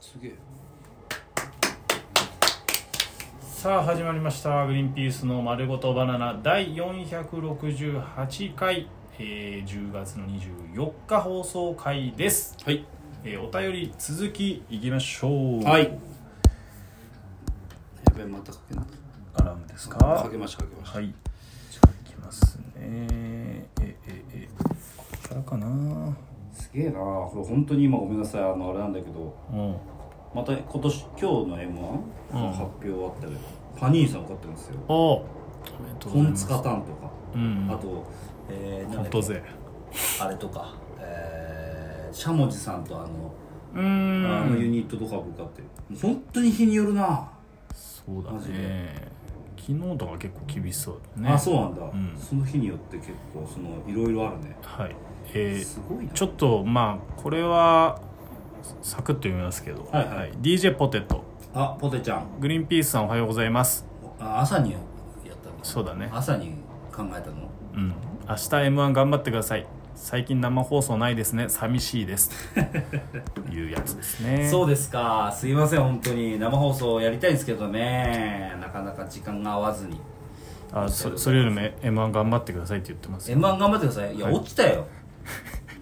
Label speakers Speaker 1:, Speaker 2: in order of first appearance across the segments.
Speaker 1: すげえ
Speaker 2: さあ始まりました「グリーンピースの丸ごとバナナ」第468回、えー10月の24日放送回です、
Speaker 1: はい
Speaker 2: えーお便り続きいきましょう
Speaker 1: はいやべえまたかけな
Speaker 2: アラームですか
Speaker 1: かけましたかけました
Speaker 2: はいじゃあいきますねええええここからかなうん
Speaker 1: すげえなこれ本当に今ごめんなさいあのあれなんだけどまた今年今日の m 1、
Speaker 2: うん
Speaker 1: 発表あったけどパニーさん受かってますよ
Speaker 2: おおめでとう
Speaker 1: トン
Speaker 2: ございま
Speaker 1: ツ
Speaker 2: す
Speaker 1: カタンとか、
Speaker 2: うん
Speaker 1: あと、えー、なんだ
Speaker 2: 本
Speaker 1: っ
Speaker 2: 当
Speaker 1: け
Speaker 2: ぜ
Speaker 1: あれとか、えー、しゃもじさんとあの、
Speaker 2: うー
Speaker 1: あのユ
Speaker 2: ん
Speaker 1: ニットとかも受かってるもう本当に日によるな、
Speaker 2: そうだ
Speaker 1: マジ
Speaker 2: ね昨日とか結構厳しそうだね
Speaker 1: あそうなんだ、
Speaker 2: ん
Speaker 1: その日によって結構そのいろいろあるね
Speaker 2: はいえー
Speaker 1: すごいな
Speaker 2: ちょっとまあこれはサクッと読みますけど、
Speaker 1: はいはい
Speaker 2: DJ ポテト
Speaker 1: あポテちゃん
Speaker 2: グリーンピースさんおはようございます
Speaker 1: あ朝にやったの
Speaker 2: そうだね
Speaker 1: 朝に考えたの
Speaker 2: うん明日 m 1頑張ってください最近生放送ないですね寂しいですいうやつですね
Speaker 1: そうですかすいません本当に生放送やりたいんですけどねなかなか時間が合わずに
Speaker 2: あそそれよりも m 1頑張ってくださいって言ってますよ
Speaker 1: m 1頑張ってくださいいや、
Speaker 2: はい
Speaker 1: 落ちたよ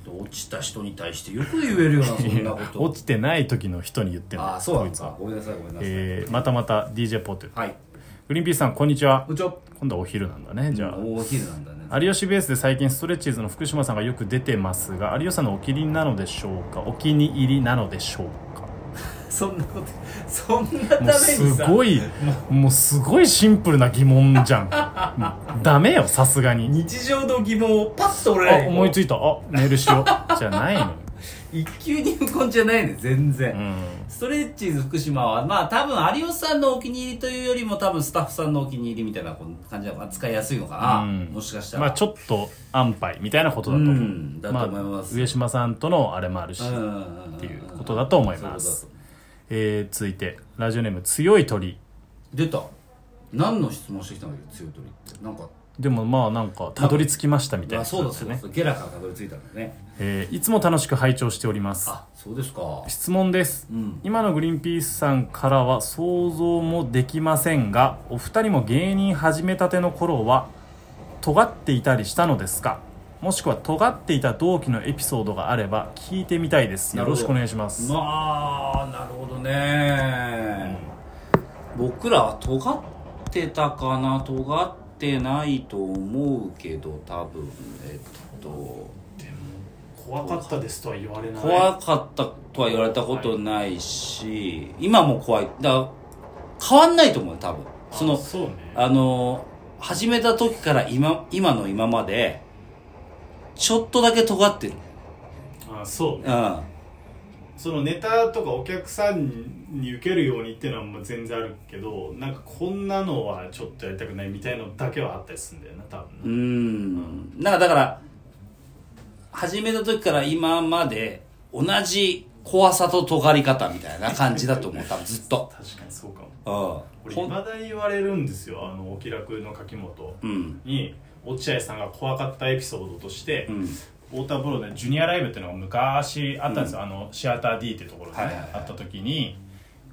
Speaker 1: 落ちた人に対してよく言え るようなそんなこと
Speaker 2: 落ちてない時の人に言ってんだ
Speaker 1: ああそうな
Speaker 2: こい
Speaker 1: ん
Speaker 2: つ
Speaker 1: か
Speaker 2: は、
Speaker 1: ごめんなさいごめんなさい、
Speaker 2: えーまたまた DJ ポテト
Speaker 1: はい
Speaker 2: グリーンピースさんこんにちは
Speaker 1: 部長
Speaker 2: 今度はお昼なんだねじゃあ、
Speaker 1: お昼なんだね
Speaker 2: 有吉ベースで最近ストレッチーズの福島さんがよく出てますが有吉さんのお気に入りなのでしょうかお気に入りなのでしょうか
Speaker 1: そんなことそんなため
Speaker 2: もう
Speaker 1: に
Speaker 2: す
Speaker 1: さ
Speaker 2: ごいもうすごいシンプルな疑問じゃんダメよさすがに
Speaker 1: 日常の疑問をパッと俺
Speaker 2: あ
Speaker 1: らに
Speaker 2: 思いついたあメールしようじゃないのよ
Speaker 1: 一級入魂じゃないね全然、
Speaker 2: うん
Speaker 1: ストレッチーズ福島はまあ多分有吉さんのお気に入りというよりも多分スタッフさんのお気に入りみたいなこんな感じなのかな使いやすいのかな、
Speaker 2: うん
Speaker 1: もしかしたら、
Speaker 2: まあちょっと安牌みたいなことだと思
Speaker 1: う
Speaker 2: う、
Speaker 1: んだと思います
Speaker 2: あ上島さんとのあれもあるし、
Speaker 1: うん
Speaker 2: っていうことだと思いますえー続いてラジオネーム強い鳥
Speaker 1: 出た何の質問してきたんだけど強い鳥ってなんか
Speaker 2: でもまあなんかたどり着きましたみたいな
Speaker 1: あそうだ
Speaker 2: 人
Speaker 1: そうだ、ゲラからたどり着いたんだね
Speaker 2: えーいつも楽しく拝聴しております
Speaker 1: あそうですか
Speaker 2: 質問です、
Speaker 1: うん
Speaker 2: 今のグリーンピースさんからは想像もできませんがお二人も芸人始めたての頃は尖っていたりしたのですかもしくは尖っていた同期のエピソードがあれば聞いてみたいです
Speaker 1: な
Speaker 2: よ
Speaker 1: るほ
Speaker 2: ろ
Speaker 1: ど
Speaker 2: しくお願いします、
Speaker 1: まあなるほどね、僕らは尖ってたかな尖ってないと思うけど多分えっと
Speaker 2: 怖かったですとは言われな
Speaker 1: 怖かったとは言われたことないし、今も怖いだから変わんないと思うよ多分その
Speaker 2: そうね
Speaker 1: あの始めた時から今今の今までちょっとだけ尖ってる
Speaker 2: あそう
Speaker 1: うんあ
Speaker 2: そのネタとかお客さんに受けるようにっていうのはまあ全然あるけどなんかこんなのはちょっとやりたくないみたいのだけはあったりするんだよな多
Speaker 1: う
Speaker 2: 分
Speaker 1: んなんかだから始めた時から今まで同じ怖さと尖り方みたいな感じだと思う多分ずっと
Speaker 2: 確かにそうかも
Speaker 1: うん
Speaker 2: 俺
Speaker 1: ほ
Speaker 2: 未
Speaker 1: ん
Speaker 2: だに言われるんですよあのお気楽の柿本
Speaker 1: うん
Speaker 2: に落合さんが怖かったエピソードとして、
Speaker 1: うん
Speaker 2: ウォーターブローでジュニアライブっていうのが昔あったんですよ、あのシアター D っていうところで、ね
Speaker 1: はいはいはい
Speaker 2: あった時に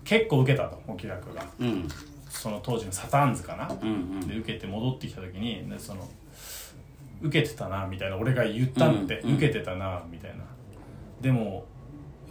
Speaker 2: 結構受けたとお気楽が
Speaker 1: うん
Speaker 2: その当時のサターンズかな、
Speaker 1: うんうん
Speaker 2: で受けて戻ってきた時にでその受けてたなみたいな俺が言ったって、
Speaker 1: うんうん
Speaker 2: 受けてたなみたいなでも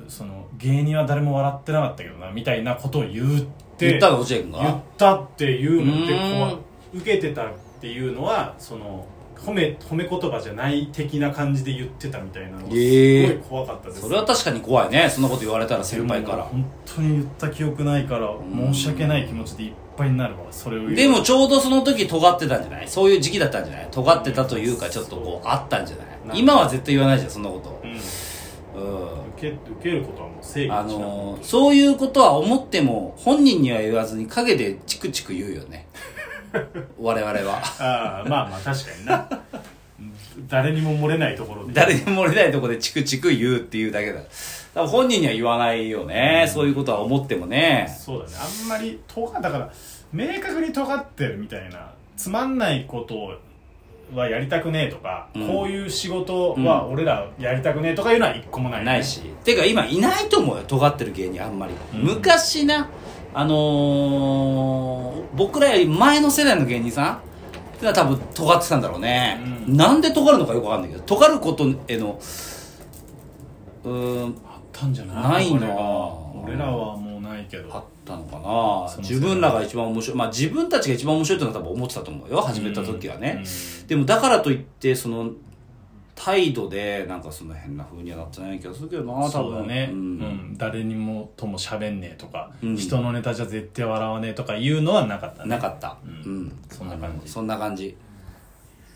Speaker 2: その芸人は誰も笑ってなかったけどなみたいなことを言って
Speaker 1: 言ったの落合君
Speaker 2: 言
Speaker 1: が
Speaker 2: ったっていうのって
Speaker 1: うーん
Speaker 2: 怖い受けてたっていうのはその褒め褒め言葉じゃない的な感じで言ってたみたいなのがすご
Speaker 1: ええ
Speaker 2: い怖かったです、
Speaker 1: それは確かに怖いねそんなこと言われたら先輩か
Speaker 2: でも
Speaker 1: ら
Speaker 2: 本当に言った記憶ないから申し訳ない気持ちでいっぱいになるわそれを言う
Speaker 1: でもちょうどその時尖ってたんじゃないそういう時期だったんじゃない尖ってたというかちょっとこうあったんじゃない今は絶対言わないじゃんそんなこ
Speaker 2: うん、受
Speaker 1: とうん
Speaker 2: け受けることはもう正義
Speaker 1: あ
Speaker 2: だしな
Speaker 1: のーそういうことは思っても本人には言わずに陰でチクチク言うよね我々は
Speaker 2: ああまあまあ確か になうん誰にも漏れないところで
Speaker 1: 誰にも漏れないとこでチクチク言うっていうだけだ多分本人には言わないよね、そういうことは思ってもね
Speaker 2: そうだねあんまり尖だから明確に尖ってるみたいなつまんないことをはやりたくねえとか、
Speaker 1: うん
Speaker 2: こういう仕事は俺らやりたくねえとかいうのは一個もない、
Speaker 1: ないしてか今いないと思うよ尖ってる芸人あんまり、
Speaker 2: うん
Speaker 1: 昔なあのー僕らより前の世代の芸人さんってのは多分尖ってたんだろうね、
Speaker 2: う
Speaker 1: なんで尖るのかよくわかんないけど尖ることへのうーん
Speaker 2: あったんじゃな
Speaker 1: な
Speaker 2: い
Speaker 1: いな
Speaker 2: これが俺らはもうないけど
Speaker 1: あったのかな
Speaker 2: その世代
Speaker 1: 自分らが一番面白いまあ自分たちが一番面白いってのは多分思ってたと思うよ始めた時はね、でもだからといってその態度でなんかその変な風にはなってない気がするけどな多分
Speaker 2: そうだね、
Speaker 1: う
Speaker 2: うんん誰にもとも喋んねえとか、
Speaker 1: うん
Speaker 2: 人のネタじゃ絶対笑わねえとかいうのはなかったね
Speaker 1: なかった、う
Speaker 2: うんんそんな感じ
Speaker 1: そんな感じ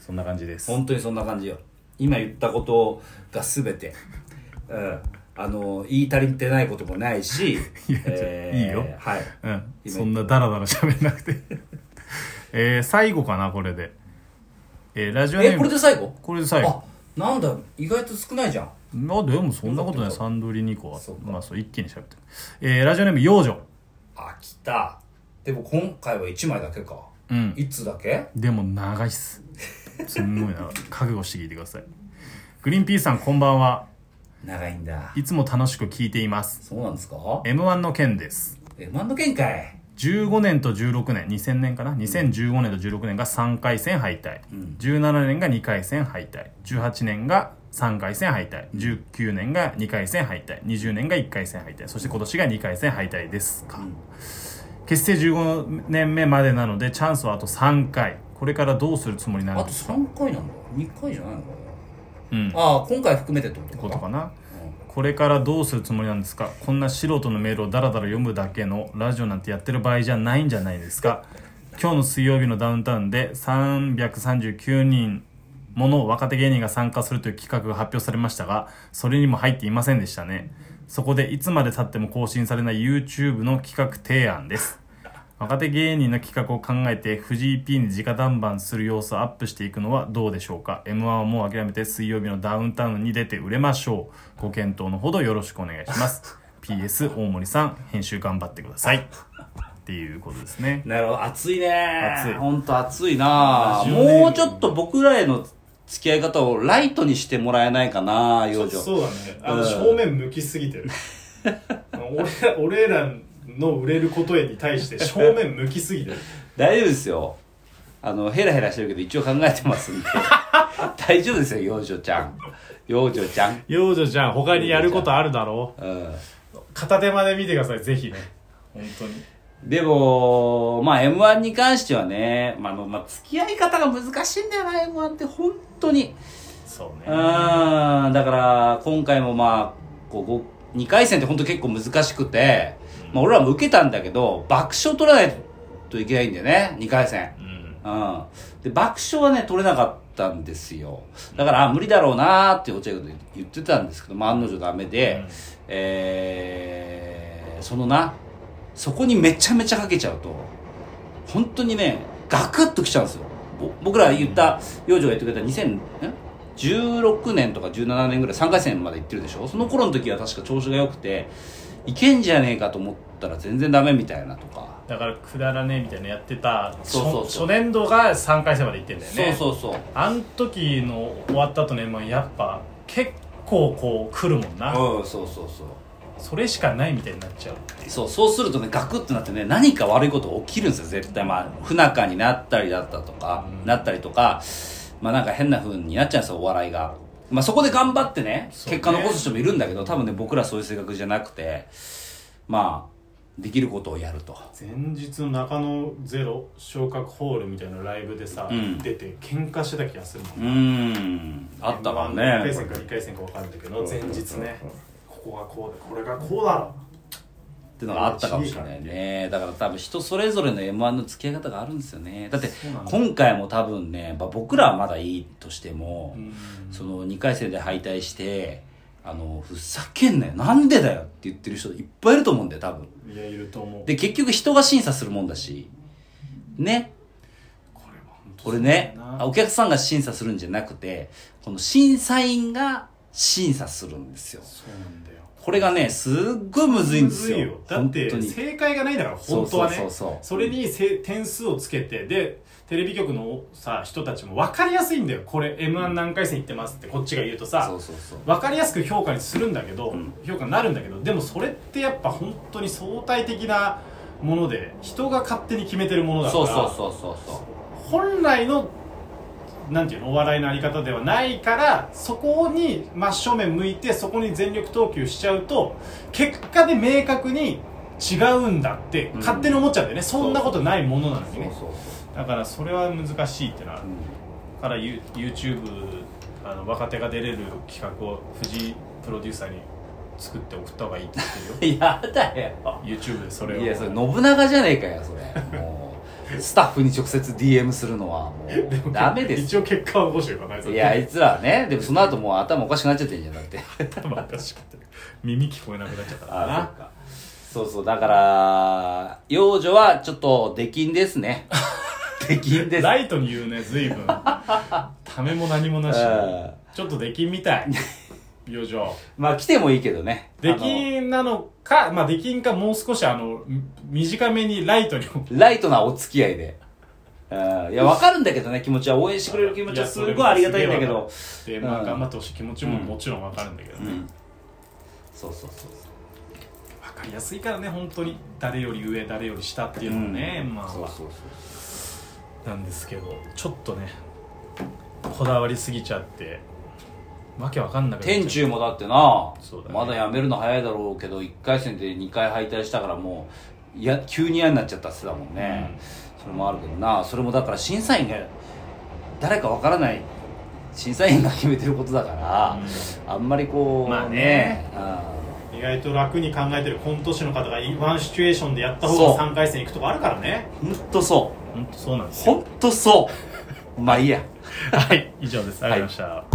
Speaker 2: そんな感じです
Speaker 1: 本当にそんな感じよ今言ったことが全て、 うん、あの言い足りてないことも ないし
Speaker 2: いやいいよ
Speaker 1: はい
Speaker 2: うん、
Speaker 1: 今
Speaker 2: そんなダラダラ喋んなくて えー、最後かなこれで、えー、ラジオネーム
Speaker 1: えこれで最後
Speaker 2: これで最後
Speaker 1: あなんだ意外と少ないじゃん
Speaker 2: あでもそんなことないサンドリ2個は
Speaker 1: そうか
Speaker 2: まあそう一気に喋ってる、えー、ラジオネーム幼女
Speaker 1: あ来たでも今回は1枚だけか
Speaker 2: うん
Speaker 1: いつだけ
Speaker 2: でも長いっすすんごい長い覚悟して聞いてくださいグリーンピースさんこんばんは
Speaker 1: 長いんだ
Speaker 2: いつも楽しく聞いています
Speaker 1: そうなんですか
Speaker 2: m 1の件です
Speaker 1: え万の見解
Speaker 2: 15年と16年2000年かな2015年と16年が3回戦敗退、
Speaker 1: うん
Speaker 2: 17年が2回戦敗退18年が3回戦敗退19年が2回戦敗退20年が1回戦敗退そして今年が2回戦敗退ですか、
Speaker 1: ん
Speaker 2: 結成15年目までなのでチャンスはあと3回これからどうするつもりな
Speaker 1: あ
Speaker 2: ん
Speaker 1: と
Speaker 2: ですか
Speaker 1: 3回なんだ2回じゃないのかな
Speaker 2: うんっ
Speaker 1: ああ今回含めてってこと
Speaker 2: て
Speaker 1: か
Speaker 2: ことかな
Speaker 1: うん
Speaker 2: これからどうするつもりなんですかこんな素人のメールをダラダラ読むだけのラジオなんてやってる場合じゃないんじゃないですか今日の水曜日のダウンタウンで339人もの若手芸人が参加するという企画が発表されましたがそれにも入っていませんでしたねそこでいつまで経っても更新されない YouTube の企画提案です若手芸人の企画を考えて藤井 P に直談判する様子をアップしていくのはどうでしょうか m 1はもう諦めて水曜日のダウンタウンに出て売れましょうご検討のほどよろしくお願いします PS 大森さん編集頑張ってくださいっていうことですね
Speaker 1: なるほど暑いね
Speaker 2: 暑い
Speaker 1: 本当暑いな
Speaker 2: ラジオネーム
Speaker 1: もうちょっと僕らへの付き合い方をライトにしてもらえないかな幼女
Speaker 3: そうだねあ
Speaker 1: うん
Speaker 3: の正面向きすぎてる俺ら俺らの売れることへに対して正面向きすぎてる
Speaker 1: 大丈夫ですよあのヘラヘラしてるけど一応考えてま すんで大丈夫ですよ幼女ちゃん幼女ちゃん
Speaker 2: 幼女ちゃん他にやることあるだろ
Speaker 1: うん
Speaker 2: う片手まで見てくださいぜひね本当に
Speaker 1: でも、まあ M1 に関してはね、まあ、あの、まあ、付き合い方が難しいんだよな、M1 って、本当に。
Speaker 2: そうね
Speaker 1: うーん、だから、今回もまあ、こうご、2回戦って本当結構難しくて、まあ、俺らも受けたんだけど、爆笑取らないといけないんだよね、2回戦。
Speaker 2: うん
Speaker 1: うん。で、爆笑はね、取れなかったんですよ。だから、あ無理だろうなーって落合君と言ってたんですけど、まあ、案の定ダメで、
Speaker 2: うん
Speaker 1: えー、そのな、そこにめちゃめちゃかけちゃうと、本当にね、ガクッときちゃうんですよ。ぼ僕ら言った、幼女が言ってくれた2016年とか17年ぐらい3回戦まで行ってるでしょその頃の時は確か調子が良くて、いけんじゃねえかと思ったら全然ダメみたいなとか。
Speaker 2: だからくだらねえみたいなのやってた
Speaker 1: そうそうそう
Speaker 2: 初初年度が3回戦まで行ってんだよね
Speaker 1: そうそうそう。
Speaker 2: あん時の終わった後ね、まあ、やっぱ結構こう来るもんな、
Speaker 1: うん、そうそうそう。
Speaker 2: それしかないみたいになっちゃうっていう
Speaker 1: そうそうするとねガクッとなってね何か悪いことが起きるんですよ絶対まあ不仲になったりだったとか、
Speaker 2: うん
Speaker 1: なったりとかまあなんか変な風になっちゃうんですよお笑いがまあそこで頑張ってね
Speaker 2: そうね
Speaker 1: 結果残す人もいるんだけど多分ね僕らそういう性格じゃなくてまあできることをやると
Speaker 3: 前日の中野ゼロ昇格ホールみたいなライブでさ、
Speaker 1: うん
Speaker 3: 出て喧嘩してた気がするもん
Speaker 1: うーんあったか
Speaker 3: 1
Speaker 1: ら
Speaker 3: 回
Speaker 1: ね
Speaker 3: 戦か2回戦か分かるんだけど前日ねここがこうだこれがこうだろ
Speaker 1: ってのがあったかもしれないねだから多分人それぞれの m 1の付き合い方があるんですよねだって
Speaker 3: うなんだ
Speaker 1: 今回も多分ね、まあ、僕らはまだいいとしても、その2回戦で敗退してあのふざけんなよなんでだよって言ってる人いっぱいいると思うんだよ多分
Speaker 3: いやいると思う
Speaker 1: で結局人が審査するもんだしね
Speaker 3: これは本当
Speaker 1: これね
Speaker 2: そうだよな
Speaker 1: あお客さんが審査するんじゃなくてこの審査員が審査するんですよ
Speaker 3: そうなんだよ
Speaker 1: これがねすっごいむずいんですよ
Speaker 3: だって
Speaker 1: 本当に
Speaker 3: 正解がないんだから本当はね
Speaker 1: そうそうそうそう
Speaker 3: それにせ点数をつけてで
Speaker 2: テレビ局のさ人たちも分かりやすいんだよこれ m 1何回戦行ってますってこっちが言うとさ
Speaker 1: そうそうそう
Speaker 2: 分かりやすく評価にするんだけど、
Speaker 1: ん
Speaker 2: 評価になるんだけどでもそれってやっぱ本当に相対的なもので人が勝手に決めてるものだから
Speaker 1: そうそうそうそうそ
Speaker 2: 本来のなんていうのお笑いのあり方ではないからそこに真正面向いてそこに全力投球しちゃうと結果で明確に違うんだって
Speaker 1: うん
Speaker 2: 勝手に思っちゃうんだよね、そんなことないものなの
Speaker 1: う
Speaker 2: に
Speaker 1: そう
Speaker 2: ね
Speaker 1: そうそう
Speaker 2: だからそれは難しいってなる
Speaker 1: うん
Speaker 2: から You- YouTube あの若手が出れる企画を藤井プロデューサーに作って送った方がいいって言ってるよ
Speaker 1: やだよ
Speaker 2: YouTube でそれを
Speaker 1: いやそれ信長じゃねえかよそれもうスタッフに直接 DM するのはもうダメです
Speaker 2: 一応結果は起こしてるからねそれ
Speaker 1: い やあいつらはねでもその後もう頭おかしくなっちゃってんじゃんだって
Speaker 2: 頭おかしくて耳聞こえなくなっちゃったから
Speaker 1: あ
Speaker 2: な
Speaker 1: あそうそうだから幼女はちょっと出禁です ね出禁です
Speaker 2: ライトに言うね随 分ためも何もなし
Speaker 1: うん
Speaker 2: ちょっとできんみた い余剰
Speaker 1: まあ来てもいいけどね
Speaker 2: できんなのかまあできんかもう少しあのみ短めにライトに
Speaker 1: あのライトなお付き合いでうんいやわかるんだけどね気持ちは応援してくれる気持ちはすごいありがたいんだけど
Speaker 2: で、ま
Speaker 1: う
Speaker 2: あ、
Speaker 1: ん
Speaker 2: 頑張ってほしい気持ちももちろんわかるんだけど
Speaker 1: う
Speaker 2: ね、
Speaker 1: んそうそうそうそう
Speaker 2: わかりやすいからね本当に誰より上誰より下っていうのはね、まあ
Speaker 1: そうそうそう
Speaker 2: なんですけどちょっとねこだわりすぎちゃってわけわかんなくなっちゃう
Speaker 1: 天中もだってな
Speaker 2: そうだね
Speaker 1: まだ辞めるの早いだろうけど1回戦で2回敗退したからもういや急に嫌になっちゃったっすだもんね、それもあるけどなそれもだから審査員が誰かわからない審査員が決めてることだから、あんまりこう
Speaker 2: まあね
Speaker 1: あ
Speaker 2: 意外と楽に考えてるコント師の方がワンシチュエーションでやった
Speaker 1: そう
Speaker 2: 方が3回戦行くとこあるからね
Speaker 1: ほんとそ
Speaker 2: 本当そうなんで
Speaker 1: うほんとそうまあいいや
Speaker 2: はい以上ですありがとうございました、